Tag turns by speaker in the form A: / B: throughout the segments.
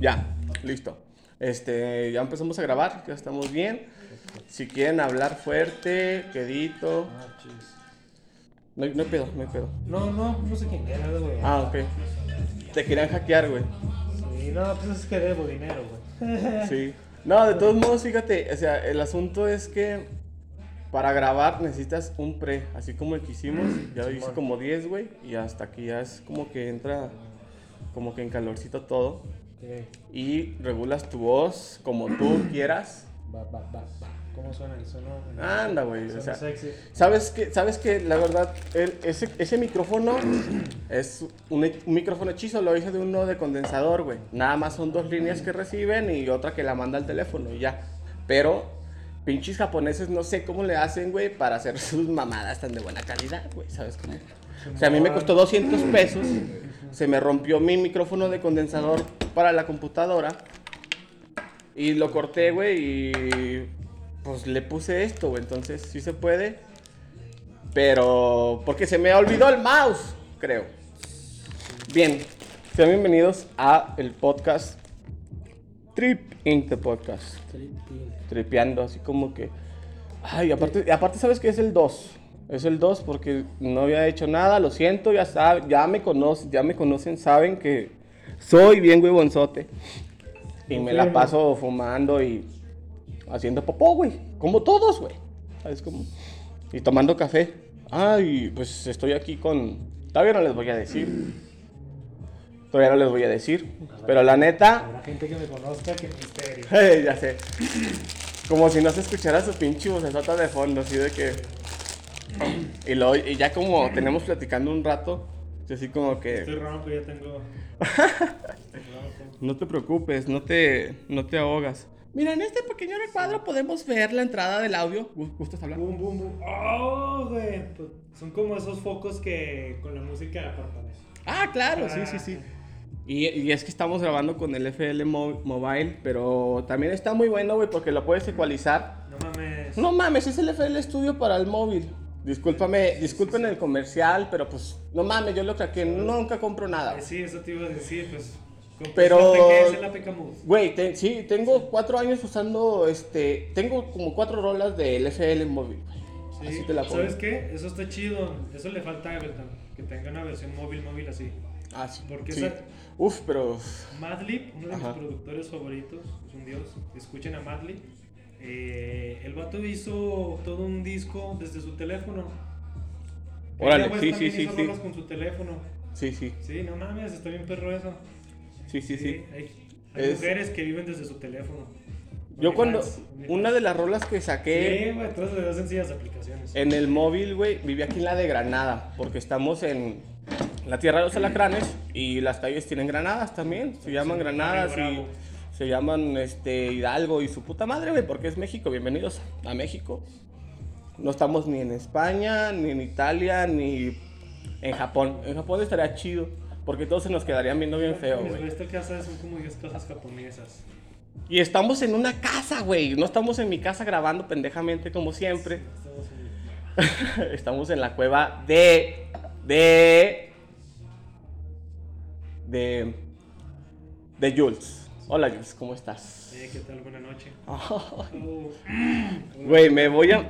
A: Ya, listo. Este, ya empezamos a grabar, ya estamos bien. Si quieren hablar fuerte, quedito.
B: Ah, chis.
A: No, hay- no hay pedo, no hay pedo.
B: No, no, no sé quién era, güey.
A: Ah, ok. Te querían hackear, güey.
B: Sí, no, pues es que debo dinero, güey.
A: Sí. No, de todos modos, fíjate, o sea, el asunto es que para grabar necesitas un pre, así como el que hicimos. Ya hice
B: Simón.
A: como 10, güey, y hasta aquí ya es como que entra como que en calorcito todo.
B: Ok,
A: Y regulas tu voz como tú quieras.
B: va, va, va, va. ¿Cómo suena el sonido?
A: Anda, güey,
B: Suena
A: Ah, o sea,
B: sexy.
A: Sabes que, sabes que la verdad, el- ese, ese micrófono es un, un micrófono hechizo, lo hice de uno de condensador, güey. Nada más son dos líneas que reciben y otra que la manda al teléfono y ya. Pero pinches japoneses no sé cómo le hacen, güey, para hacer sus mamadas tan de buena calidad, güey. ¿Sabes cómo? O sea, a mí me costó 200 pesos. Se me rompió mi micrófono de condensador para la computadora. Y lo corté, güey, y pues le puse esto, güey. Entonces sí se puede. Pero porque se me olvidó el mouse, creo. Bien, sean bienvenidos a el podcast Trip Inc. The Podcast. Tripeando, así como que... Ay, aparte, aparte sabes que es el 2. Es el 2 porque no había hecho nada, lo siento, ya saben, ya me conocen, ya me conocen, saben que soy bien huevonzote. Y me la
B: Confirmo.
A: paso fumando y haciendo popó, güey. Como todos, güey. ¿Sabes cómo? Y tomando café. Ay, pues estoy aquí con... Todavía no les voy a decir. Todavía no les voy a decir. Pero la neta,
B: Habrá gente que me conozca, que misterio.
A: Ey, ya sé. Como si no se escuchara su pinche vocesota de fondo, así de que. Y, luego- y ya como tenemos platicando un rato, yo así como que.
B: Estoy ronco, ya tengo. Estoy ronco.
A: No te preocupes, no te, no te ahogas. Mira, en este pequeño recuadro podemos ver la entrada del audio. Gu- ¿Gustas hablar?
B: Boom, boom, boom. ¡Oh, güey! Pues son como esos focos que con la música parpadean.
A: Ah, claro, sí, sí, sí. Y, y es que estamos grabando con el FL Mo- Mobile, pero también está muy bueno, güey, porque lo puedes ecualizar.
B: No mames.
A: No mames, es el FL Studio para el móvil. Discúlpame, disculpen el comercial, pero pues no mames, yo lo que nunca compro nada.
B: Eh, Sí, eso te iba a decir, pues. con tu
A: Pero-
B: suerte que es el APK
A: Güey, te- sí, tengo cuatro años usando este. Tengo como cuatro rolas del FL móvil.
B: Sí,
A: Así te la pongo.
B: ¿Sabes qué? Eso está chido. Eso le falta a Ableton. Que tenga una versión móvil, móvil así.
A: Ah, sí.
B: Porque
A: sí.
B: esa-
A: Uf, pero. uf,
B: Madlib, uno de
A: Ajá.
B: mis productores favoritos, es un dios. Escuchen a Madlib. Eh, el vato hizo todo un disco desde su teléfono.
A: Órale,
B: Kanye West
A: sí,
B: también
A: sí, sí,
B: hizo
A: sí.
B: rolas con su teléfono.
A: Sí, sí.
B: Sí, no mames, está bien perro eso.
A: Sí, sí, sí.
B: Hay, hay
A: Es-
B: mujeres que viven desde su teléfono.
A: Yo cuando.
B: Onlyfans, Onlyfans.
A: Una de las rolas que
B: Sí,
A: saqué
B: güey, todas de dos sencillas aplicaciones.
A: en el móvil, güey, vivía aquí en la de Granada. Porque estamos en la tierra de los alacranes y las calles tienen granadas también. Se llaman
B: Sí,
A: granadas
B: Barrio
A: y.
B: Bravo.
A: Se llaman este, Hidalgo y su puta madre, güey, porque es México. Bienvenidos a México. No estamos ni en España, ni en Italia, ni en Japón. En Japón estaría chido, porque todos se nos quedarían viendo bien feo,
B: Mis
A: güey.
B: esta casa son como 10 casas japonesas.
A: Y estamos en una casa, güey. No estamos en mi casa grabando pendejamente como siempre.
B: Estamos en-
A: estamos en la cueva de. de. de. de Jules. Hola, Jules, ¿cómo estás?
B: Eh, ¿Qué tal? Oh. Buenas noches.
A: Güey, me voy a.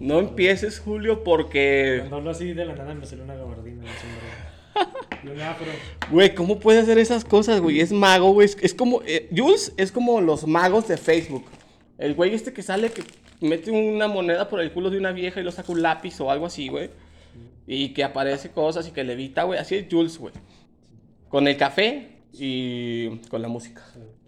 A: No empieces, Julio, porque.
B: Cuando hablo así de la nada me salió una gabardina en el sombrero. Y un afro.
A: Güey, ¿cómo puede hacer esas cosas, güey? Es mago, güey. Es, es como. eh, Jules es como los magos de Facebook. El güey este que sale que mete una moneda por el culo de una vieja y lo saca un lápiz o algo así, güey. Y que aparece cosas y que levita, güey. Así es Jules, güey. Con el café y con la música,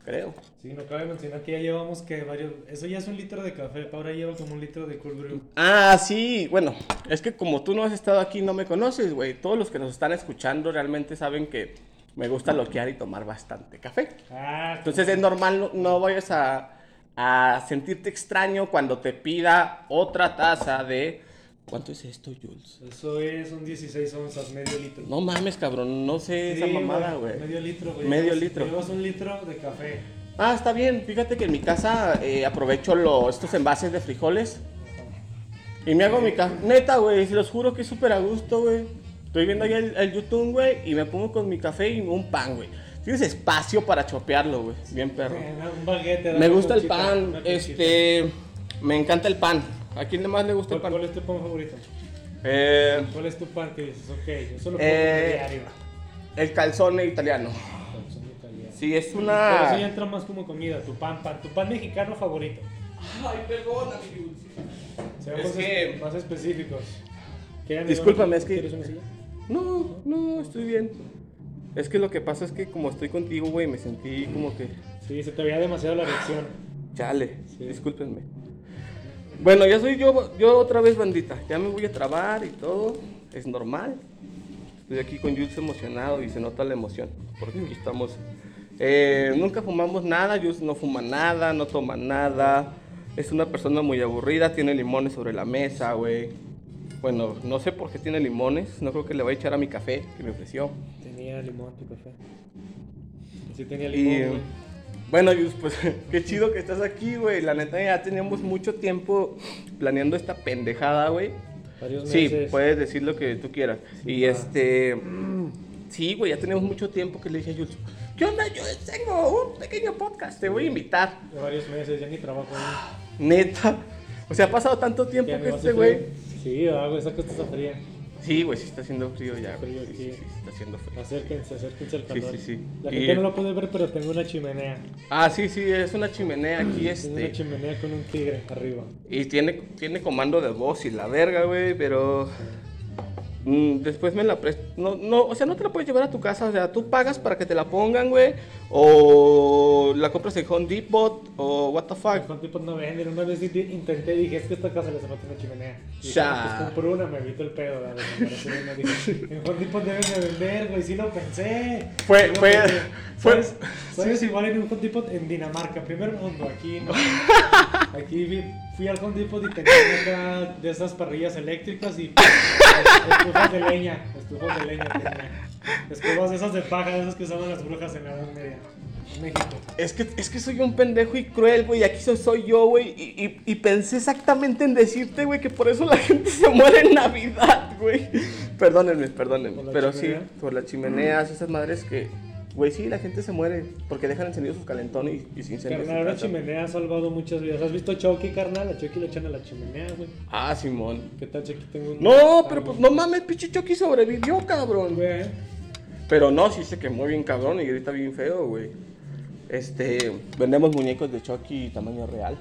A: creo.
B: Sí, no cabe mencionar que ya llevamos que varios. Eso ya es un litro de café, pa, ahora lleva como un litro de cold brew.
A: Ah, sí, bueno, es que como tú no has estado aquí, no me conoces, güey. Todos los que nos están escuchando realmente saben que me gusta loquear y tomar bastante café.
B: Ah,
A: Entonces es normal, no, no vayas a, a sentirte extraño cuando te pida otra taza de... ¿Cuánto es esto, Jules?
B: Eso es un 16 onzas, medio litro.
A: No mames, cabrón, no sé esa
B: Sí,
A: mamada, güey.
B: Medio litro, güey.
A: Medio
B: Llevas-
A: litro.
B: Llevas un litro de café.
A: Ah, está bien, fíjate que en mi casa eh, aprovecho lo- estos envases de frijoles Y me hago mi café. Neta, güey, se los juro que es súper a gusto, güey. Estoy viendo ahí el, el YouTube, güey, y me pongo con mi café y un pan, güey. Tienes espacio para chopearlo, güey. Bien perro.
B: eh, Un baguete.
A: Me gusta el pan. Este. Me encanta el pan. ¿A quién más le gusta el
B: ¿Cuál, cuál
A: pan?
B: es tu pan favorito?
A: Eh,
B: ¿Cuál es tu pan que dices? Ok, yo solo puedo
A: Eh,
B: diario.
A: el calzone italiano.
B: Pero son muy calidad.
A: Sí, es
B: Pero eso ya
A: una.
B: entra más como comida, tu pan, pan, tu pan mexicano favorito.
A: Ay, perdón,
B: Seamos
A: Es que-
B: es- más específicos. ¿Quieren-
A: Discúlpame, es que-
B: ¿Quieres una silla?
A: No, no, estoy bien. Es que lo que pasa es que como estoy contigo, güey, me sentí como que.
B: Sí, se te veía demasiado la erección.
A: Chale,
B: Sí.
A: discúlpenme. Bueno, ya soy yo, yo otra vez bandita. Ya me voy a trabar y todo. Es normal. Estoy aquí con Jules emocionado y se nota la emoción. Porque aquí estamos. Eh, nunca fumamos nada. Jules no fuma nada, no toma nada. Es una persona muy aburrida. Tiene limones sobre la mesa, güey. Bueno, no sé por qué tiene limones. No creo que le vaya a echar a mi café que me ofreció.
B: Tenía limón tu café. Sí tenía
A: Y eh,
B: limón, güey.
A: bueno, Yus, pues qué chido que estás aquí, güey. La neta ya teníamos mucho tiempo planeando esta pendejada, güey.
B: Varios
A: Sí, pues.
B: meses.
A: puedes decir lo que tú quieras.
B: Sí,
A: y
B: va.
A: este. mm, Sí, güey, ya tenemos mucho tiempo que le dije a Jules, ¿qué onda? Yo tengo un pequeño podcast, te voy a invitar.
B: Ya varios meses, ya ni trabajo. güey.
A: Neta. O sea, ha pasado tanto tiempo
B: Ya me
A: que
B: va a
A: este
B: hacer
A: güey.
B: frío. Sí, ah, güey, esa costa está fría.
A: Sí, güey, sí está haciendo frío ya. güey. Sí,
B: Frío aquí.
A: sí, sí, está haciendo frío.
B: Acérquense, acérquense al
A: Sí,
B: calor.
A: sí, sí.
B: La
A: Y-
B: gente no lo puede ver, pero tengo una chimenea.
A: Ah, sí, sí, es una chimenea aquí,
B: Tengo una
A: este.
B: chimenea con un tigre arriba.
A: Y tiene, tiene comando de voz y la verga, güey, pero... mm, después me la prestas. No, no, o sea, no te la puedes llevar a tu casa. O sea, tú pagas para que te la pongan, güey. O la compras en Home Depot. O what the fuck.
B: ¿Cuánto tiempo no venden? Una vez di- intenté y dije, es que esta casa le hace falta una chimenea. Y dije,
A: Sha.
B: "Ah, pues compro una, me evito el pedo. La desapareció una. Dije, mejor tipo deben pues de vender, güey, sí lo pensé.
A: Fue-
B: Sí lo
A: fue-
B: pensé.
A: fue-
B: ¿Sabes? ¿Sabes? igual en un Home Depot en Dinamarca, primer mundo, aquí no. Aquí vi- fui al Home Depot y tenía acá de esas parrillas eléctricas y pues, estufas de leña, estufas de leña tenía. Estufas de esas de paja, de esas que usaban las brujas en la Edad Media, en México.
A: Es que, es que soy un pendejo y cruel, güey. y Aquí soy, soy yo, güey. Y, y- y pensé exactamente en decirte, güey, que por eso la gente se muere en Navidad, güey. Perdónenme, perdónenme.
B: ¿Por la
A: Pero
B: chimenea?
A: sí, por las chimeneas, esas madres que. Güey, sí, la gente se muere porque dejan encendidos sus calentones y, y se incendia su
B: Carnal, la
A: casa.
B: chimenea ha salvado muchas vidas. ¿Has visto Chucky, carnal? A Chucky le echan a la chimenea, güey.
A: Ah, Simón.
B: ¿Qué tal, Chucky? Tengo un...
A: No, pero pues no mames, pinche Chucky sobrevivió, cabrón.
B: Güey, ¿eh?
A: Pero no, sí se quemó bien cabrón y grita bien feo, güey. Este, vendemos muñecos de Chucky tamaño real.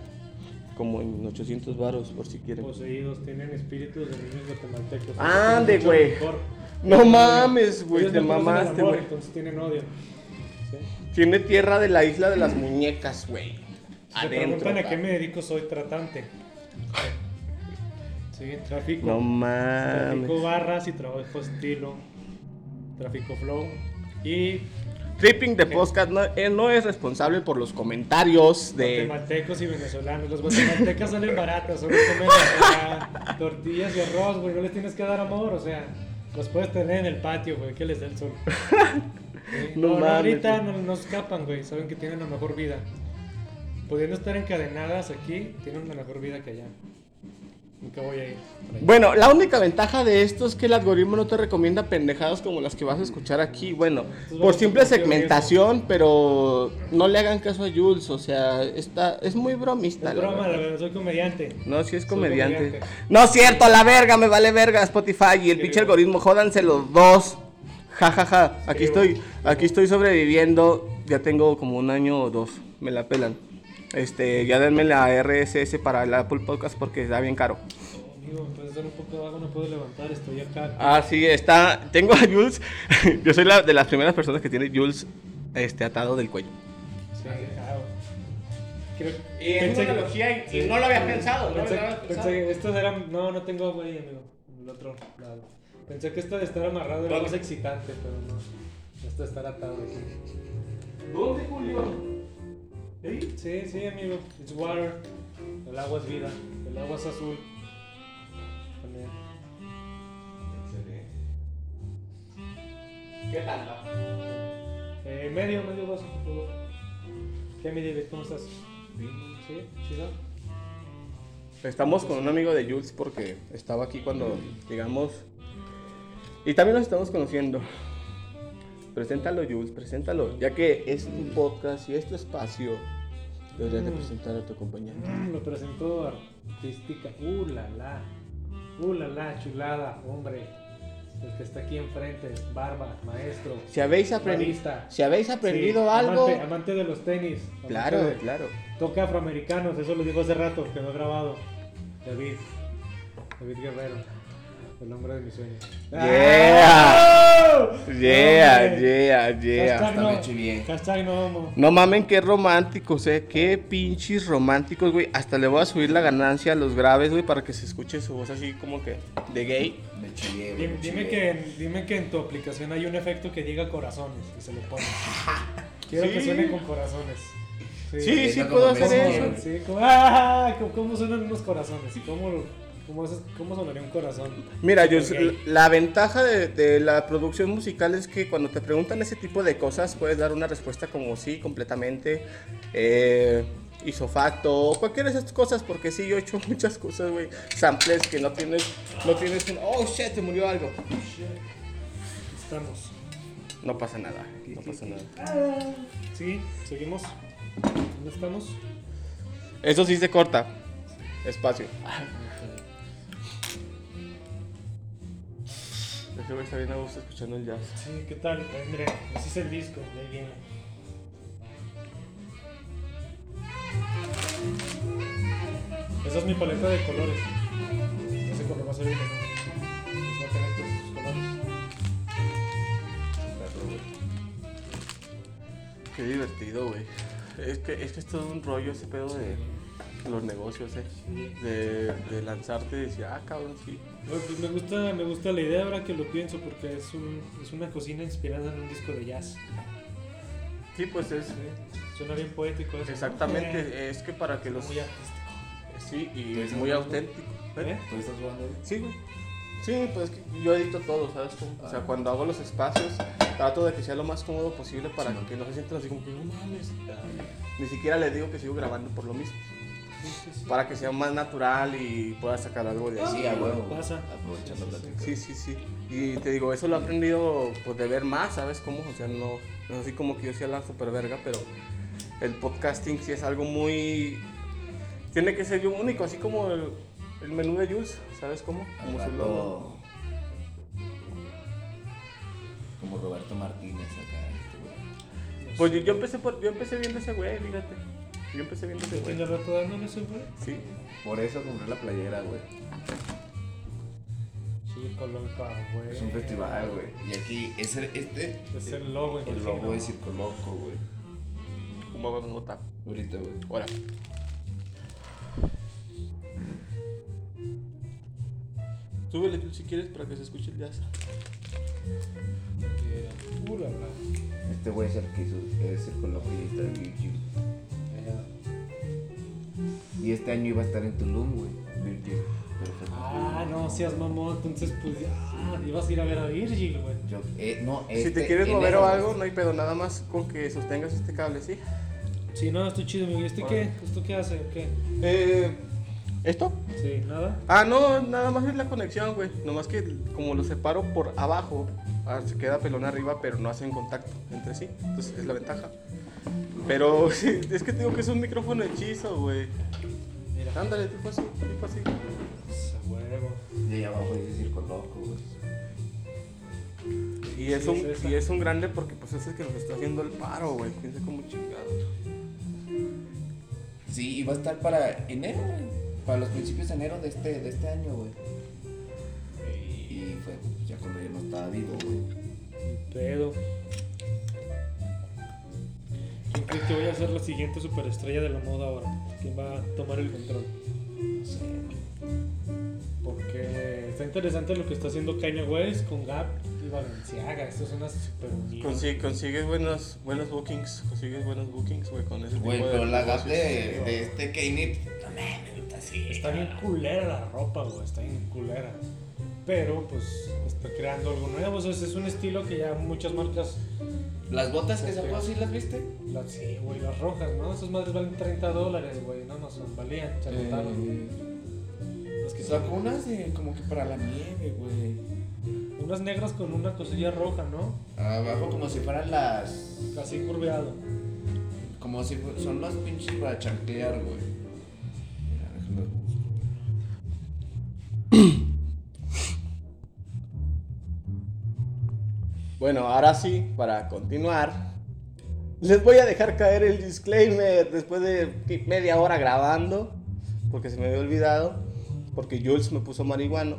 A: Como en 800 varos, por si quieren.
B: Poseídos, tienen espíritus de niños guatemaltecos.
A: Ande,
B: Mucho
A: güey.
B: rencor.
A: No mames, güey,
B: Ellos
A: te
B: no conocen el
A: mamaste,
B: amor,
A: güey.
B: Entonces tienen odio. ¿Sí?
A: Tiene tierra de la isla de las muñecas, güey.
B: Si te
A: Adentro.
B: preguntan a qué
A: pa.
B: me dedico, soy tratante. Sí, tráfico.
A: No
B: Trafico
A: mames.
B: barras y trabajo estilo. Trafico flow. Y
A: Tripping de podcast no, eh, no es responsable por los comentarios de.
B: Guatemaltecos y venezolanos. Los guatemaltecas salen baratas, solo comen o sea, tortillas y arroz, güey. No les tienes que dar amor, o sea, los puedes tener en el patio, güey, que les dé el sol. Sí,
A: No
B: No, no,
A: mames,
B: ahorita no, no escapan, güey. Saben que tienen la mejor vida. Pudiendo estar encadenadas aquí, tienen una mejor vida que allá. Nunca voy a ir. por ahí.
A: Bueno, la única ventaja de esto es que el algoritmo no te recomienda pendejadas como las que vas a escuchar aquí. Bueno, por simple segmentación, pero no le hagan caso a Jules, o sea, está, es muy bromista.
B: Es
A: la
B: broma,
A: verdad.
B: la verdad, soy comediante.
A: No, si es
B: Soy
A: comediante.
B: comediante.
A: No es cierto, la verga, me vale verga Spotify y el
B: Escribo.
A: pinche algoritmo, jódanse los dos. Ja, ja, ja. Aquí
B: Escribo.
A: estoy, aquí estoy sobreviviendo. Ya tengo como un año o dos, me la pelan. Este, ya denme la RSS para el Apple Podcast porque está bien caro.
B: Amigo, me puedes dar un poco de agua, no puedo levantar, estoy acá.
A: Ah, sí, está. Tengo a Jules. Yo soy la de las primeras personas que tiene Jules este, atado del cuello.
B: Sí, claro. Creo-
A: Y es
B: pensé
A: una
B: que-
A: analogía y- y
B: sí.
A: no lo había pensado, no lo
B: Pensé,
A: había
B: pensé
A: pensado.
B: que estos eran. No, no tengo agua ahí, amigo. El otro lado. Pensé que esto de estar amarrado era
A: ¿Dónde?
B: más excitante, pero no. Esto de estar atado aquí.
A: ¿Dónde, Julio?
B: Sí, sí, amigo. It's water. El agua es vida. El agua es azul. También.
A: ¿Qué tal?
B: Eh, medio, medio vaso, por favor. ¿Qué, mi David? ¿Cómo estás? ¿Sí? ¿Chido?
A: Estamos con un amigo de Jules porque estaba aquí cuando llegamos. Y también nos estamos conociendo. Preséntalo, Jules, preséntalo. Ya que es tu podcast y es tu espacio, deberías de presentar a tu compañero.
B: Mm, Lo presentó artística. Uh, la la. Uh, la la, chulada, hombre. El que está aquí enfrente, barba, maestro.
A: Si habéis, aprendido
B: barista.
A: si habéis aprendido
B: Sí,
A: algo...
B: Amante, amante de los tenis. amante
A: Claro,
B: de-
A: claro.
B: Toca afroamericanos, eso lo dijo hace rato, que no he grabado. David. David Guerrero. El hombre de mis sueños.
A: Yeah.
B: ¡Ah!
A: Yeah,
B: Hombre.
A: yeah, yeah.
B: Hashtag
C: Está
B: no-
C: bien chivie.
B: Hashtag no homo.
A: No mamen, qué románticos, eh. Qué pinches románticos, güey. Hasta le voy a subir la ganancia a los graves, güey, para que se escuche su voz así como que de gay.
C: Me chillé, güey,
B: Dime,
C: me
B: dime
C: chillé.
B: que en, dime que en tu aplicación hay un efecto que diga corazones y se le pone. Quiero que
A: Sí.
B: suene con corazones.
A: Sí, sí,
C: Viendo
A: puedo
C: como
A: hacer
C: Messi,
A: eso.
C: güey.
B: Sí, como, ¡ah! ¿Cómo- ¿Cómo suenan unos corazones? ¿Y cómo, cómo, es- cómo sonaría un corazón?
A: Mira, yo,
B: Ok.
A: la, la ventaja de, de la producción musical es que cuando te preguntan ese tipo de cosas puedes dar una respuesta como sí, completamente, eh, isofacto, o cualquiera de esas cosas, porque sí, yo he hecho muchas cosas, güey, samples que no tienes, no tienes un, oh, shit, te murió algo.
B: Estamos.
A: No pasa nada, no pasa nada.
B: Sí, seguimos. ¿Dónde estamos?
A: Eso sí se corta, espacio. Ese güey está bien a gusto escuchando el jazz.
B: Sí, ¿qué tal? André, ese es el disco, de ahí viene. Esa es mi paleta de colores. Ese color va a ser bien, ¿no? Pues va a tener todos esos colores.
A: Qué divertido, güey. Es que, es que es todo un rollo ese pedo de los negocios, eh. De, de lanzarte y decir, ah, cabrón, sí.
B: Bueno, pues me gusta, me gusta la idea ahora que lo pienso porque es, un, es una cocina inspirada en un disco de jazz. ¿eh?
A: Sí, pues es.
B: Suena bien poético eso. Eh,
A: Exactamente, es que para que los.
B: Muy artístico.
A: Sí, y
C: Pues,
A: es muy
C: ¿no?
A: auténtico.
B: ¿Eh?
C: ¿Tú estás jugando? güey?
A: Sí, güey. Sí, pues es que yo edito todo, ¿sabes? cómo? O sea, cuando hago los espacios, trato de que sea lo más cómodo posible para que no se sientan así como que no mames. Ni siquiera les digo que sigo grabando por lo mismo. Para que sea más natural y pueda sacar algo de así.
C: Sí, a huevo.
B: Pasa.
C: Aprovechando la plática.
A: Sí, sí, sí. Y te digo, eso lo he aprendido pues de ver más, ¿sabes cómo? O sea, no, no es así como que yo sea la super verga, pero el podcasting sí es algo muy... Tiene que ser yo único, así como el, el menú de Jules, ¿sabes cómo?
C: Al
A: Como su
C: rato,
A: logo.
C: Como Roberto Martínez acá. este, güey.
A: Pues yo, yo empecé por- yo empecé viendo ese güey, fíjate. Yo empecé viendo ese
B: ¿Tiene
A: güey.
B: rato dándole eso, güey?
A: Sí.
C: Por eso compré la playera, güey.
B: Chico, loca, güey.
C: Es un festival, güey. Y aquí, es el- este.
B: Es el logo,
C: El
B: imagino.
C: logo de Circo Loco, güey.
A: Como hago nota.
C: Ahorita, güey.
A: Hola. Súbele Jules si quieres para que se escuche el jazz.
B: Eh, uh, la, la.
C: Este güey es el que hizo el Circo Loco y ahí está en Virgil. Y este año iba a estar en Tulum, güey. Virgil. Perfecto.
B: Ah, no seas mamón, entonces pues ya ah, ibas a ir a ver a Virgil, güey.
C: Yo, eh, no,
A: Si te
C: este-
A: quieres
C: en
A: mover
C: enero,
A: o algo, no hay pedo, nada más con que sostengas este cable, ¿sí?
B: Sí, no, estoy chido, mi ¿Este qué? ¿Esto qué hace? o ¿Qué?
A: Eh, ¿Esto?
B: Sí, nada.
A: Ah, no, nada más es la conexión, güey. Nomás que como lo separo por abajo, ah, se queda pelón arriba, pero no hacen contacto entre sí. Entonces es la ventaja. Pero sí, es que te digo que es un micrófono hechizo, güey.
B: Mira,
A: Ándale, tipo así, tipo así.
B: pues, a huevo.
C: Y ahí abajo dice Circo Loco, güey.
A: Y es,
B: Sí,
A: un,
B: es esa.
A: y es un grande porque pues es el que nos está haciendo el paro, güey. Piensa como chingados.
C: Sí, iba a estar para enero, güey. Para los principios de enero de este, de este año, güey. Y fue pues, ya cuando yo no estaba vivo, güey.
B: Ni Pedo. ¿Quién crees que voy a ser la siguiente superestrella de la moda ahora? ¿Quién va a tomar el control?
C: No sé, güey.
B: Porque está interesante lo que está haciendo Kanye West con Gap y Balenciaga. Esto es una super unión.
A: Consi- consigues buenos, buenos bookings, consigues buenos bookings, güey, con ese tipo
C: Güey,
A: de
C: pero la gap
A: negocios.
C: de, de este Kanye, no mames, está así.
B: Está bien culera la ropa, güey, está bien culera. Pero pues está creando algo nuevo, o sea, es un estilo que ya muchas marcas,
C: Las botas que sacó, ¿sí las viste?
B: las, sí, güey, las rojas, ¿no? Esas madres valen 30 dólares, güey, no, no son, valían, se agotaron.
C: Eh,
B: Las que
C: sacó unas de, como que para la nieve, güey.
B: son- unas negras con una cosilla roja, ¿no?
C: Abajo como si fueran las...
B: Así curveado.
C: Como si fu- son los pinches para chanclear, güey. Mira, déjame busco.
A: Bueno, ahora sí, para continuar, les voy a dejar caer el disclaimer después de ¿qué? media hora grabando, porque se me había olvidado, porque Jules me puso marihuano.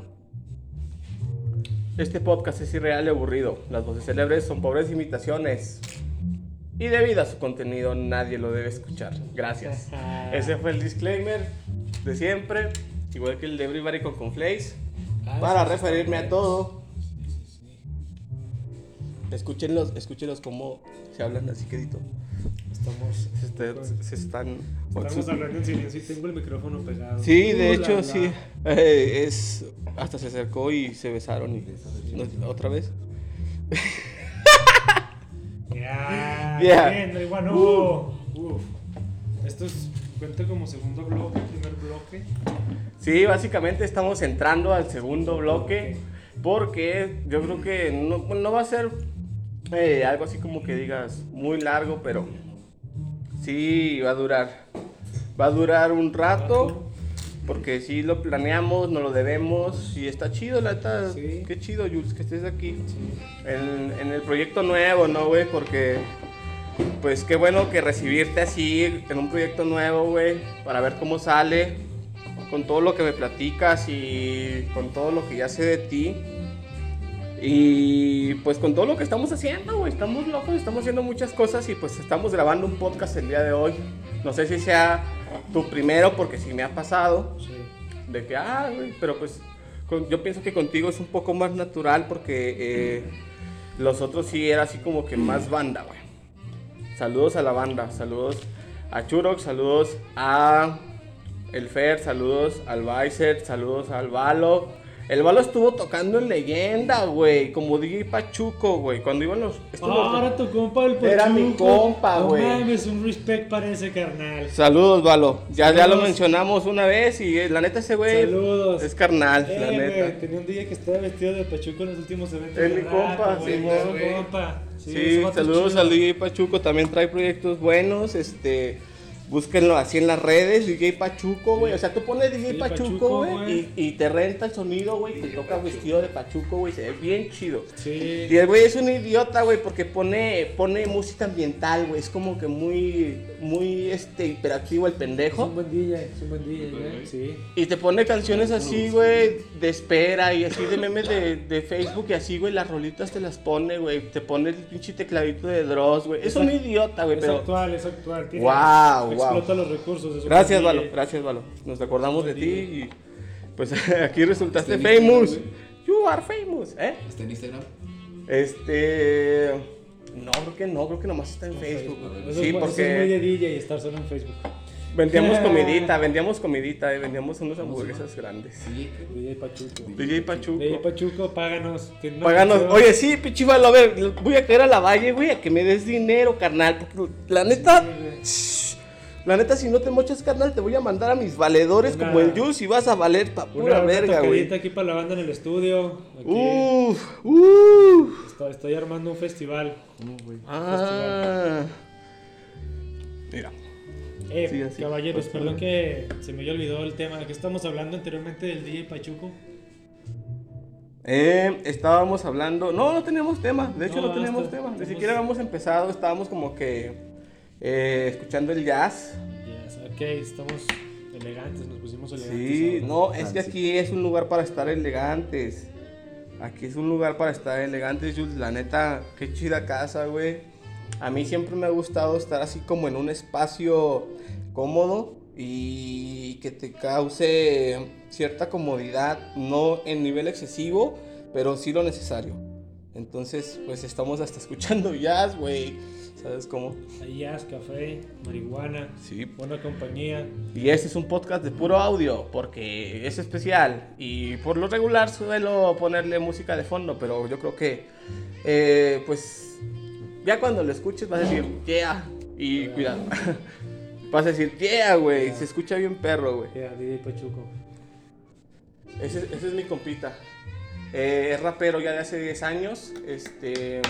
A: Este podcast es irreal y aburrido. Las voces célebres son pobres imitaciones. Y debido a su contenido, nadie lo debe escuchar. Gracias. Ese fue el disclaimer de siempre, igual que el de Everybody con Conflays.
B: Ah,
A: Para
B: sí, sí,
A: referirme
B: sí.
A: a todo, escúchenlos, escúchenlos como se hablan así quedito.
B: Estamos.
A: Se, está- se están.
B: Pues, Estamos hablando en silencio y tengo el micrófono pegado.
A: Sí,
B: Uh,
A: de hecho,
B: la,
A: sí.
B: la.
A: Eh, es, hasta se acercó y se besaron. Y, no, ¿Otra vez?
B: Ya,
A: Ya. Uh.
B: bien, el guano. Uf. Esto es, cuenta como segundo bloque, primer bloque.
A: Sí, básicamente estamos entrando al segundo bloque. Porque yo creo que no, no va a ser eh, algo así como que digas muy largo, pero sí va a durar. Va a durar un rato. Porque sí lo planeamos, no lo debemos. Y está chido, la neta.
B: Sí.
A: Qué chido, Jules, que estés aquí.
B: Sí.
A: en, en el proyecto nuevo, ¿no, güey? Porque, pues qué bueno que recibirte así en un proyecto nuevo, güey, para ver cómo sale, con todo lo que me platicas y con todo lo que ya sé de ti. Y pues con todo lo que estamos haciendo, güey, estamos locos, estamos haciendo muchas cosas y pues estamos grabando un podcast el día de hoy. No sé si sea tu primero, porque sí me ha pasado de que, ah, güey, pero pues con- yo pienso que contigo es un poco más natural porque eh, los otros sí era así como que más banda, güey. Saludos a la banda, saludos a Churok, saludos a el Fer, saludos al Vicer, saludos al Valo. El Valo estuvo tocando en leyenda, güey, como DJ Pachuco, güey, cuando iban los... estuvo-
B: Ah, Ahora tu compa el
A: Era mi compa, güey.
B: No mames, un respect para ese carnal.
A: Saludos, Valo. Ya, ya lo
B: Saludos.
A: mencionamos una vez y eh, la neta ese güey
B: Saludos.
A: es carnal,
B: Eh,
A: la neta.
B: güey, tenía un día que estaba vestido de pachuco en los últimos eventos.
A: Es
B: de
A: mi
B: rap,
A: compa,
B: güey,
A: sí,
B: es mi
C: güey.
B: compa.
A: Sí,
B: ese vato es
A: saludos
B: chido.
A: al DJ Pachuco, también trae proyectos buenos, este, búsquenlo así en las redes, DJ Pachuco, güey, o sea, tú pones DJ
B: Sí,
A: Pachuco,
B: Pachuco,
A: güey,
B: güey.
A: y, y te renta el sonido, güey, te toca vestido de Pachuco, güey, se ve bien chido. Y
B: Sí.
A: el güey es un idiota, güey, porque pone, pone música ambiental, güey, es como que muy, muy, este, hiperactivo el
B: Es
A: pendejo.
B: un buen DJ, es un buen DJ, ¿eh? Sí.
A: Y te pone canciones así, güey, de espera y así de memes de, de Facebook y así, güey, las rolitas te las pone, güey. Te pone el pinche tecladito de Dross, güey. Es un idiota, güey,
B: Es
A: pero...
B: actual, es actual. tiene-
A: Guau, guau.
B: Explota los recursos. de su
A: Gracias,
B: buen
A: Valo,
B: DJ.
A: gracias, Valo. Nos acordamos de ti y... Pues aquí resultaste
C: Estoy listo,
A: famous.
C: güey.
A: You are famous, ¿eh?
C: ¿Está en Instagram?
A: Este... No, creo que no, creo que nomás está en Facebook.
B: Eso es
A: Sí,
B: bu- Eso es muy de
A: porque
B: DJ estar solo en Facebook.
A: vendíamos comidita, vendíamos comidita, eh, vendíamos unas hamburguesas grandes.
C: Sí.
B: DJ Pachuco.
A: DJ Pachuco.
B: DJ Pachuco, páganos. tiene una
A: Paganos.
B: canción.
A: Oye, sí, pichifalo, a ver, voy a caer a la valle, güey, a que me des dinero, carnal. Porque la neta, shh, la neta, si no te mochas, carnal, te voy a mandar a mis valedores
B: Una-
A: como el Juice y vas a valer pa'
B: Una,
A: pura
B: una
A: verga,
B: tocadita
A: güey. Uh.
B: aquí para la banda en el estudio. Aquí.
A: Uf, uf.
B: Estoy, estoy armando un festival.
A: Ah. Mira.
B: Eh,
A: Sí, así.
B: caballeros,
A: Pues,
B: perdón que se me había olvidado el tema. que estamos hablando anteriormente del DJ Pachuco?
A: Eh, estábamos hablando. No, no tenemos tema. De hecho, no,
B: No,
A: tenemos
B: hasta-
A: tema. Ni
B: tenemos-
A: siquiera habíamos empezado. Estábamos como que eh, escuchando el jazz.
B: Yes, ok, estamos elegantes, nos pusimos elegantes.
A: Sí,
B: ahora.
A: no, es que aquí es un lugar para estar elegantes. Aquí es un lugar para estar elegantes, Jules. La neta, qué chida casa, güey. A mí siempre me ha gustado estar así como en un espacio cómodo y que te cause cierta comodidad, no en nivel excesivo, pero sí lo necesario. Entonces, pues estamos hasta escuchando jazz, güey. ¿Sabes cómo?
B: Hay jazz, café, marihuana,
A: Sí,
B: buena compañía.
A: y este es un podcast de puro audio porque es especial y por lo regular suelo ponerle música de fondo, pero yo creo que eh, pues ya cuando lo escuches vas a decir yeah y cuidado. Vas a decir yeah, güey, se escucha
B: eh,
A: bien perro, güey.
B: Yeah, DJ Pachuco.
A: Ese, ese es mi compita. Eh, es rapero ya de hace 10 años. Este.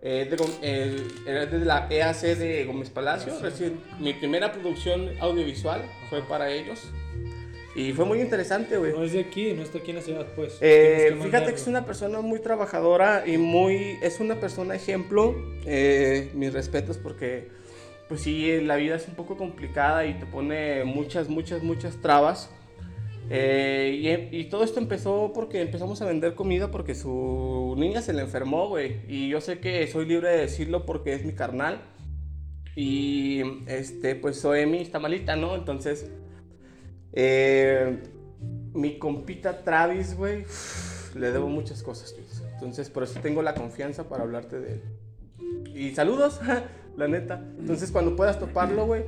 A: eh, de Gom- el- era de la EAC de Gómez Palacio. Recién- mi primera producción audiovisual fue para ellos. Y fue muy interesante, güey.
B: No es de aquí, no está aquí en la ciudad, pues.
A: Pues, Eh,
B: Tienes
A: fíjate que es
B: mandarlo.
A: una persona muy trabajadora y muy es una persona ejemplo. Eh, mis respetos porque pues sí la vida es un poco complicada y te pone muchas muchas muchas trabas. Eh, y, y todo esto empezó porque empezamos a vender comida porque su niña se le enfermó, güey. Y yo sé que soy libre de decirlo porque es mi carnal. Y este, pues Soemi está malita, ¿no? Entonces, eh, mi compita Travis, güey, le debo muchas cosas, Luis. Entonces, por eso tengo la confianza para hablarte de él. Y saludos, la neta. Entonces, cuando puedas toparlo, güey,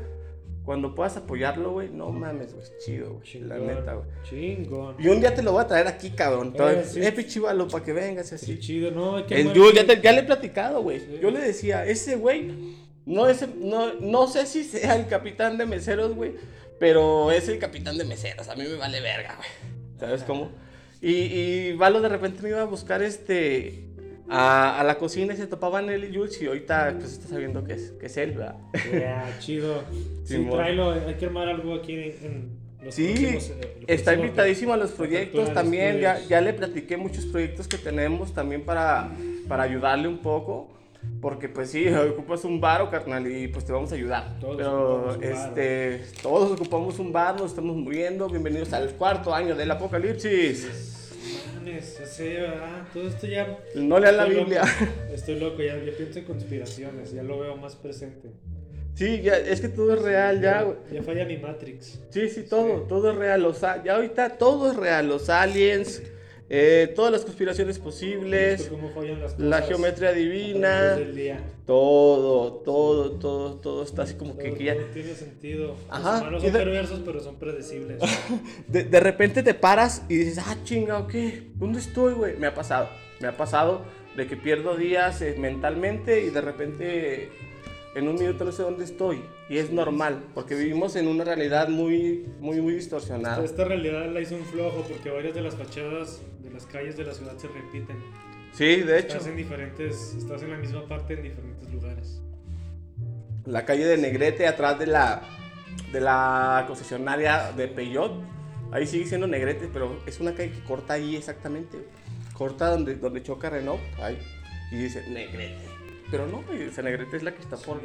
A: cuando puedas apoyarlo, güey, no mames, güey, es chido, güey, la
B: Chingón,
A: neta, güey.
B: Chingón.
A: Y un día te lo voy a traer aquí, cabrón.
B: Eh,
A: Entonces,
B: sí.
A: eh, pichívalo, para que vengas
B: Sí,
A: así.
B: chido, no, es que
A: El
B: bueno,
A: dude,
B: que-
A: ya, te- ya le he platicado, güey.
B: Sí.
A: Yo le decía, ese güey, no, es, no, no sé si sea el capitán de meseros, güey, pero es el capitán de meseros. A mí me vale verga, güey. ¿Sabes cómo? Y, y Valo de repente me iba a buscar este. A, a la cocina y se topaban él y Jules y ahorita pues está sabiendo que es, que es él, ¿verdad?
B: Ya, chido. Sí,
A: Simón.
B: tráelo, hay que armar algo aquí en en los
A: Sí,
B: próximos, eh, los
A: está
B: próximos-
A: invitadísimo a los
B: la
A: proyectos
B: apertura de
A: también. Ya,
B: estudios.
A: ya le platiqué muchos proyectos que tenemos también para, para ayudarle un poco. Porque pues sí, ocupas un bar, carnal, y pues te vamos a ayudar.
B: Todos
A: Pero
B: ocupamos un varo.
A: este, todos ocupamos un bar, nos estamos muriendo. Bienvenidos al cuarto año del apocalipsis.
B: Mames, ya sé, ¿verdad? Todo esto ya.
A: No lean la
B: estoy loco,
A: Biblia.
B: Estoy loco, ya, ya pienso en conspiraciones, ya lo veo más presente.
A: Sí, ya, es que todo es real ya. güey.
B: Ya falla mi Matrix.
A: Sí, sí, todo, todo es real. Los, a- ya ahorita todo es real. Los aliens, eh, todas las conspiraciones
B: Esto
A: posibles,
B: cómo fallan las cosas.
A: la geometría
B: a
A: divina.
B: través del día.
A: Todo, todo, todo, todo está así como que,
B: Todo-
A: que ya...
B: todo tiene sentido.
A: Ajá,
B: Los humanos
A: y
B: son
A: de-
B: perversos, pero son predecibles.
A: De, de repente te paras y dices, ah, chinga, ¿qué? ¿Dónde estoy, güey? Me ha pasado, me ha pasado de que pierdo días eh, mentalmente y de repente eh, en un minuto no sé dónde estoy. Y es normal, porque vivimos en una realidad muy, muy, muy distorsionada.
B: Esta realidad la hizo un flojo porque varias de las fachadas de las calles de la ciudad se repiten.
A: Sí, de hecho,
B: Estás en diferentes, estás en la misma parte en diferentes lugares.
A: la calle de Negrete atrás de la, de la concesionaria de Peyot, ahí sigue siendo Negrete, pero es una calle que corta ahí exactamente, corta donde, donde choca Renault, ahí, y dice Negrete. Pero no, güey, esa Negrete es la que está por...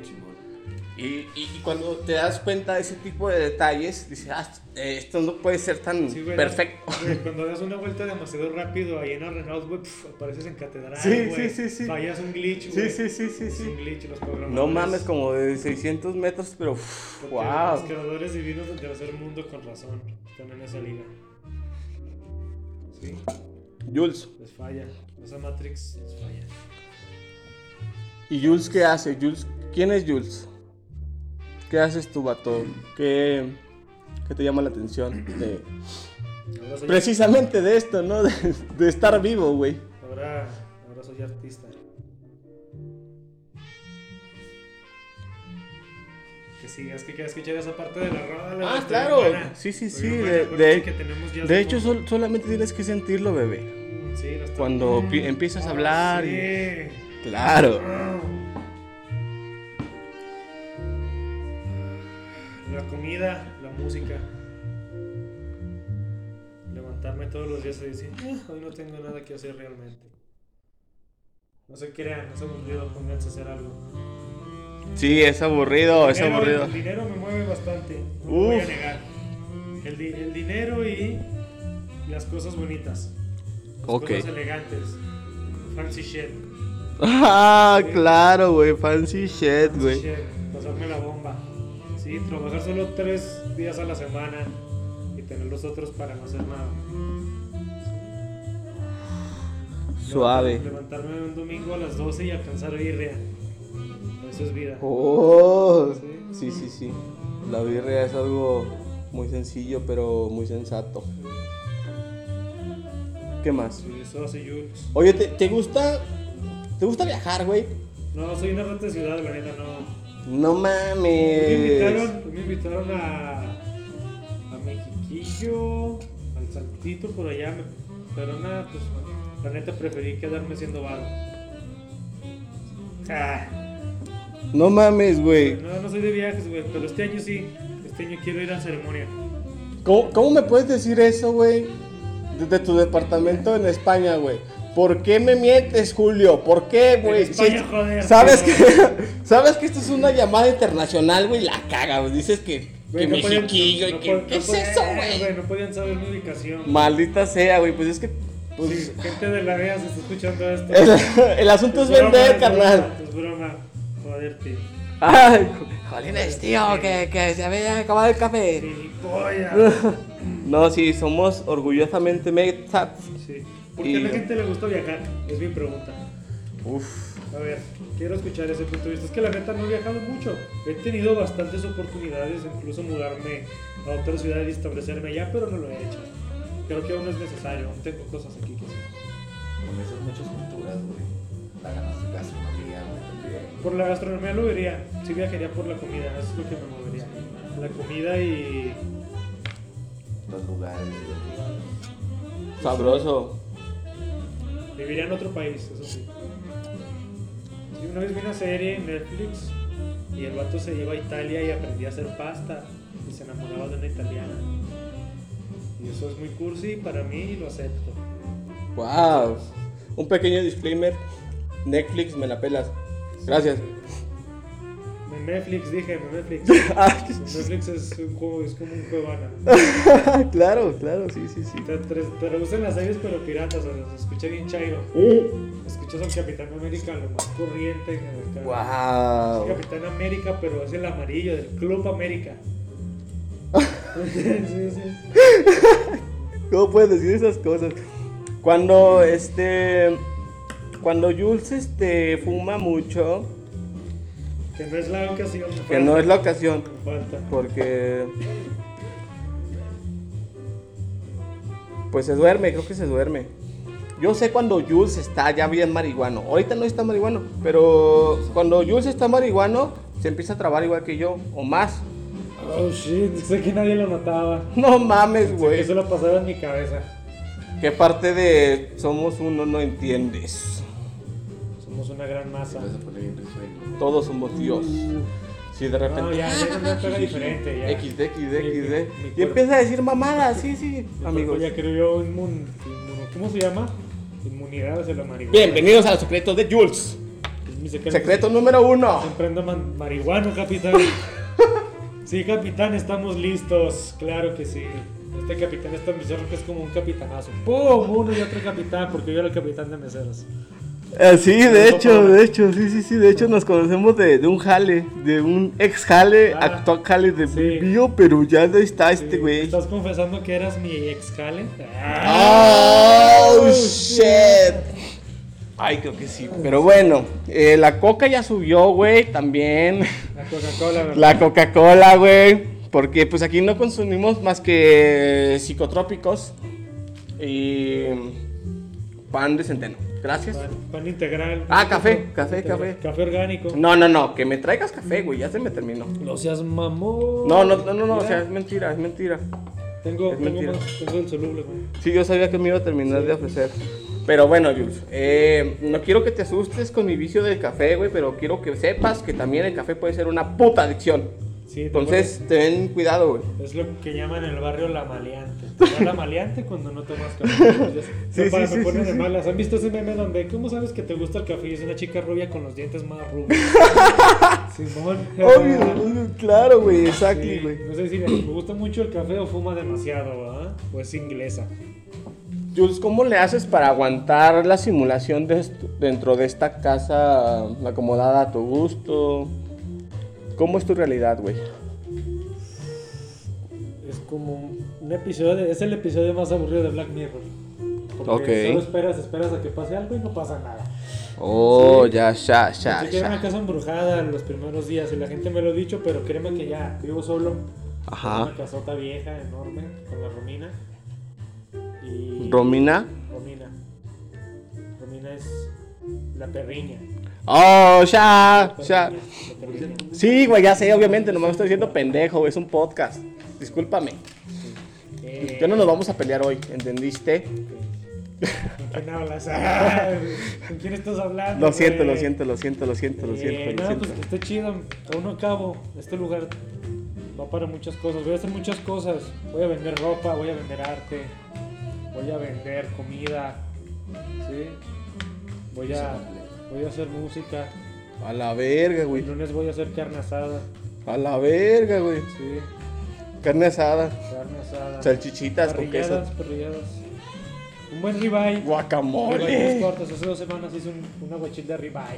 A: Y, y, y cuando te das cuenta de ese tipo de detalles, dices, ah, eh, esto no puede ser tan
B: Sí, güey,
A: perfecto.
B: güey, cuando das una vuelta demasiado rápido ahí en la Renault, güey, pf, apareces en catedral.
A: Sí, sí,
B: güey.
A: sí, sí.
B: Fallas un glitch, güey.
A: Sí, sí, sí, sí,
B: Es un
A: sí.
B: glitch los programadores.
A: No mames, como de 600 metros, pero uff,
B: porque
A: wow.
B: Los creadores divinos del tercer mundo con razón están en esa liga. Sí,
A: Jules.
B: les falla. Esa Matrix les falla.
A: ¿Y Jules qué hace? Jules, ¿quién es Jules? ¿Qué haces tú, vato? ¿Qué, qué te llama la atención? de-
B: Ahora soy,
A: precisamente de esto, ¿no? De, de estar vivo, güey.
B: ahora, ahora soy artista. Que sí, es que quieres escuchar esa parte de la roda. la
A: Ah,
B: está
A: claro.
B: bien buena.
A: Sí, sí,
B: Está
A: sí,
B: bien
A: de-
B: buena, acuérdate
A: de-
B: que tenemos ya
A: De
B: de
A: hecho,
B: fondo.
A: sol- solamente tienes que sentirlo, bebé.
B: Sí, la está-
A: Cuando pi- empiezas a hablar.
B: Ah, Sí.
A: y- Claro.
B: Mm. La comida, la música. Levantarme todos los días y decir, "Ah, hoy no tengo nada que hacer realmente. No se crean, no se me olvidó, pónganse a hacer algo.
A: Sí, es aburrido, es
B: Dinero-
A: aburrido.
B: El dinero me mueve bastante, no lo voy a
A: Uf.
B: negar. El, di- el dinero y las cosas bonitas. Las
A: Ok.
B: cosas elegantes. Fancy shit.
A: Ah, claro, güey. Fancy shit,
B: Fancy
A: güey.
B: shit. Pasarme la bomba. Sí, trabajar solo tres días a la semana y tener los otros para no hacer nada.
A: Suave.
B: Levantarme un domingo a las 12 y alcanzar birria. Eso es vida.
A: Oh, sí, sí, sí. La birria es algo muy sencillo, pero muy sensato. ¿Qué más?
B: Sí, Eso hace Jules.
A: Oye, ¿te, te gusta? ¿Te gusta viajar, güey?
B: No, soy una rata de ciudad, la neta, no.
A: No
B: Me
A: mames.
B: invitaron, me invitaron a, a Mexiquillo, al Saltito por allá. Me, Pero nada, pues la neta preferí quedarme siendo vago. Ah,
A: No mames, güey.
B: no, no soy de viajes, güey, pero este año sí. Este año quiero ir a ceremonia.
A: ¿Cómo, cómo me puedes decir eso, güey? Desde tu departamento en España, güey. ¿Por qué me mientes, Julio? ¿Por qué, güey?
B: En España, joder,
A: ¿Sabes que,
B: pero-
A: ¿Sabes que esto es una llamada internacional, güey? La caga, güey. Dices que, que
B: Güey, no podían-
A: mexiquillo y
B: no
A: que-
B: pod-
A: ¿Qué
B: no
A: es
B: pod-
A: eso,
B: eh,
A: güey?
B: No podían saber mi ubicación.
A: Maldita sea, güey. Pues es que... pues,
B: Sí, gente de la vea se está escuchando esto.
A: el, el asunto es vender, carnal.
B: Es broma, joder, tío.
A: Ay, jolines, tío, que, que se había acabado el café.
B: Sí, polla.
A: No, sí, somos orgullosamente metas.
B: Sí. ¿Por qué a la gente le gusta viajar? Es mi pregunta.
A: Uf.
B: A ver, quiero escuchar ese punto de vista. Es que la neta no he viajado mucho. He tenido bastantes oportunidades, incluso mudarme a otra ciudad y establecerme allá, pero no lo he hecho. Creo que aún no es necesario, aún tengo cosas aquí que hacer.
C: Con esas muchas culturas, güey. La ganas- gastronomía, güey, también.
B: Por la gastronomía lo vería. Sí viajaría por la comida, eso es lo que me movería. La comida y...
C: Los lugares, güey.
A: Sabroso.
B: Viviría en otro país, eso sí. Sí, una vez vi una serie en Netflix y el vato se iba a Italia y aprendía a hacer pasta y se enamoraba de una italiana. Y eso es muy cursi para mí y lo acepto.
A: Wow. Un pequeño disclaimer. Netflix, me la pelas. Gracias.
B: Me- Netflix, dije, me Netflix.
A: Ah,
B: Netflix es, un juego, es como un cuevana.
A: claro, claro, sí, sí, sí.
B: Te, te, te reducen las series pero piratas, o sea, se escucha bien chairo. Escuchas al Capitán América, lo más corriente. que- Es
A: Wow.
B: Capitán América, pero es el amarillo del Club América. sí, sí.
A: ¿Cómo puedes decir esas cosas? Cuando este. Cuando Jules este, fuma mucho,
B: Que no es la ocasión. me
A: que no
B: falta,
A: es la ocasión,
B: me Falta.
A: porque. Pues se duerme, creo que se duerme. Yo sé cuando Jules está ya bien marihuano. Ahorita no está marihuano, pero cuando Jules está marihuano, se empieza a trabar igual que yo, o más.
B: Oh shit, sé que nadie lo notaba.
A: No mames,
B: Sé que
A: güey.
B: eso lo pasaba en mi cabeza.
A: ¿Qué parte de somos uno no entiendes?
B: Somos una gran masa.
C: Vas a poner bien risueño.
A: Todos somos Dios. Si de
B: No,
A: repente.
B: ya, ya no pega diferente. Ya.
A: XD,
B: Mi- mi- mi
A: XD, XD. Y
B: cuerpo-
A: empieza a decir mamadas, sí, sí,
B: mi
A: amigos.
B: cuerpo Ya creó inmun, inmun- ¿Cómo se llama? Inmunidad hacia la marihuana.
A: Bienvenidos a los secretos de Jules.
B: Es mi secreto.
A: Secreto número uno.
B: Siempre ando man- marihuano, capitán. sí, capitán, estamos listos. Claro que sí. Este capitán es tan bizarro que es como un capitanazo. ¡Pum! Uno y otro capitán, porque yo era el capitán de meseros.
A: Eh, sí, de
B: Nos
A: hecho,
B: topamos.
A: de hecho, sí, sí, sí, de hecho nos conocemos de, de un jale, de un ex jale,
B: Ah,
A: actual jale de
B: sí.
A: mío, pero ya no está
B: Sí,
A: este güey.
B: ¿Estás confesando que eras mi ex Kale?
A: Oh, shit. Ay, creo que sí. Pero bueno, eh, la coca ya subió, güey, también.
B: La Coca-Cola, ¿verdad?
A: La Coca-Cola, güey. Porque pues aquí no consumimos más que psicotrópicos y pan de centeno. Gracias.
B: Pan, pan integral.
A: Ah, café, café,
B: Integral.
A: café.
B: Café orgánico.
A: No, no, no, que me traigas café, güey, ya se me terminó.
B: No seas mamón.
A: No, no, no, no, no, o
B: Mira,
A: sea, es mentira, es mentira.
B: Tengo,
A: es
B: tengo,
A: mentira.
B: más, tengo el soluble, güey.
A: Sí, yo sabía que me iba a terminar de ofrecer. Pero bueno, Jules, eh, no quiero que te asustes con mi vicio del café, güey, pero quiero que sepas que también el café puede ser una puta adicción.
B: Sí, te
A: Entonces, ten cuidado, güey.
B: Es lo que llaman en el barrio la maleante. Te da la maleante cuando no tomas café.
A: Sí,
B: sí, para,
A: sí,
B: me
A: sí,
B: ponen
A: sí,
B: de
A: sí.
B: malas. ¿Han visto ese meme donde, cómo sabes que te gusta el café? Y es una chica rubia con los dientes más rubios. Simón.
A: Obvio, obvio, claro, güey, exactly,
B: Sí,
A: güey.
B: no sé si le me gusta mucho el café o fuma demasiado, ¿verdad? O es inglesa.
A: Jules, ¿cómo le haces para aguantar la simulación de est- dentro de esta casa acomodada a tu gusto? ¿Cómo es tu realidad, güey?
B: Es como un un episodio, de- es el episodio más aburrido de Black Mirror. Porque
A: Ok.
B: solo esperas, esperas a que pase algo y no pasa nada.
A: Oh,
B: Sí.
A: ya, ya,
B: Pensé que era una casa embrujada en los primeros días y la gente me lo ha dicho, pero créeme que ya vivo solo.
A: Ajá.
B: Una casota vieja, enorme, con la Romina. Y
A: ¿Romina?
B: Romina. Romina es la perriña.
A: Oh, ya, ya.
B: La perriña.
A: Sí, güey, ya sé, obviamente, nomás me estoy diciendo pendejo, güey, es un podcast. Discúlpame,
B: Eh,
A: ya no nos vamos a pelear hoy, ¿entendiste?
B: ok. ¿Con quién hablas? Ah, ¿Con quién estás hablando?
A: Lo siento,
B: güey?
A: lo siento, lo siento, lo siento, lo
B: Eh,
A: siento. lo
B: no,
A: siento.
B: pues que está chido. Aún no acabo. Este lugar va para muchas cosas. Voy a hacer muchas cosas. Voy a vender ropa, voy a vender arte, voy a vender comida. ¿Sí? Voy a, voy a hacer música.
A: A la verga, güey.
B: El lunes voy a hacer carne asada.
A: A la verga, güey.
B: Sí,
A: Carne asada.
B: carne asada.
A: Salchichitas con queso.
B: Parrilladas, parrilladas. Un buen ribeye. Ribeyes
A: Guacamole.
B: cortos. Hace dos semanas hice un, una guachil de ribeye.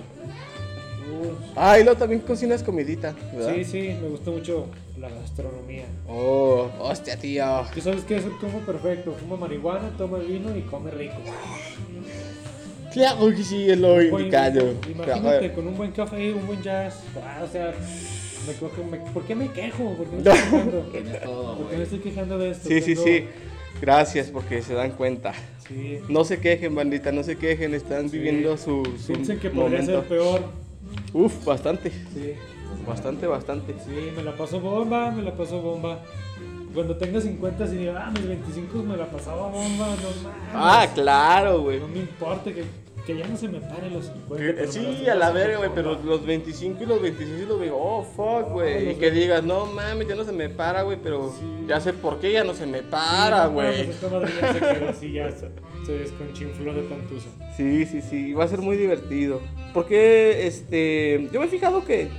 B: Uh,
A: Ah, y luego también cocinas comidita, ¿verdad?
B: sí, sí, me gusta mucho la gastronomía.
A: Oh, hostia, tío.
B: ¿Tú sabes qué es el combo perfecto? Fuma marihuana, toma vino y come rico.
A: Claro que sí, es lo
B: Oye,
A: indicado.
B: Pues, Imagínate con un buen café, un buen jazz. Ah, o sea, me cojo- me- ¿por qué me quejo? ¿Por qué me
A: No.
B: estoy quejando?
C: Tienes
B: ¿Por
C: todo,
B: qué me
C: güey.
B: estoy quejando de esto?
A: Sí, sí,
B: Tengo-
A: sí. Gracias porque se dan cuenta.
B: Sí.
A: No se quejen, bandita, no se quejen. Están
B: Sí.
A: viviendo su, su
B: Piensen que podría
A: momento.
B: ser peor.
A: Uf, bastante.
B: Sí.
A: Bastante, bastante.
B: Sí, me la paso bomba, me la paso bomba. Cuando tenga 50 y diga, ah, mis 25 me la pasaba bomba, no mames.
A: Ah, claro, güey.
B: No me importa que, que ya no se me paren los 50. pero me
A: Que-
B: la
A: Sí,
B: estoy
A: a la
B: pasando
A: verga, güey,
B: bomba.
A: pero los 25 y los 26 y los digo, oh, fuck,
B: Ah,
A: güey. Y
B: los
A: que
B: ve-
A: digas, no mames, ya no se me para, güey, pero
B: Sí.
A: ya sé por qué ya no se me para,
B: No,
A: güey.
B: pues, esta madre ya se quedó así, ya se, se desconchinfló de tanto uso.
A: Sí, sí, sí, va a ser muy divertido. Porque, este, yo me he fijado que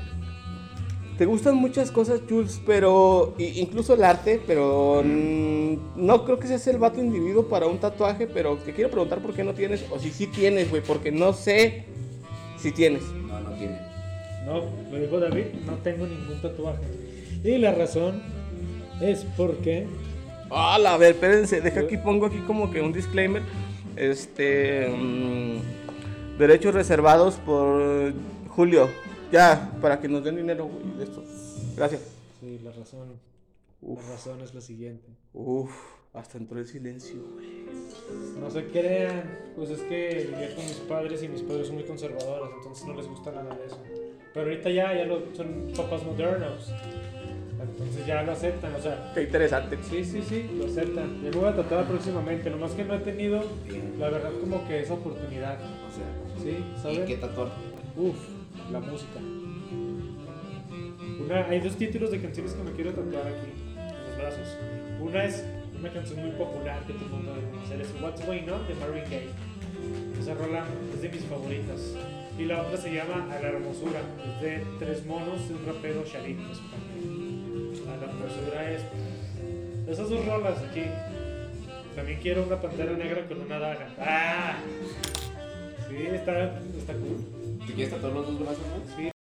A: te gustan muchas cosas, Jules, pero, i- incluso el arte, pero mm, no creo que seas el vato individuo para un tatuaje, pero te quiero preguntar por qué no tienes, o si sí tienes, güey, porque no sé si tienes.
C: No, no tiene.
B: No, me dijo David, no tengo ningún tatuaje. Y la razón es porque
A: Hola, a ver, espérense, deja aquí, pongo aquí como que un disclaimer. Este. mm, derechos reservados por Julio. Ya, para que nos den dinero, güey, de esto. Gracias.
B: sí, la razón, la razón es la siguiente.
A: Uf, hasta entró el silencio, güey.
B: No se crean, pues es que vivía con mis padres y mis padres son muy conservadores, entonces no les gusta nada de eso. Pero ahorita ya, ya lo- son papás modernos, entonces ya lo aceptan, o sea,
A: Qué interesante.
B: Sí, sí, sí, lo aceptan. Ya me voy a tratar próximamente, nomás que no he tenido, la verdad, como que esa oportunidad.
C: O sea,
B: Sí,
C: ¿y
B: ¿sabes?
C: qué tatuaje?
B: Uf, la música. Una, hay dos títulos de canciones que me quiero tatuar aquí, en los brazos. Una es una canción muy popular que todo el mundo debe conocer, es What's Going On de Marvin Gaye. Esa rola es de mis favoritas. Y la otra se llama A la Hermosura, es de Tres Monos, de un rapero Sharik, es A la Hermosura es... pues, Esas dos rolas aquí. También quiero una pantera negra con una daga. ¡Ah! Sí, está, está cool.
C: ¿Te quieres tatuar los dos brazos, güey?
B: Sí.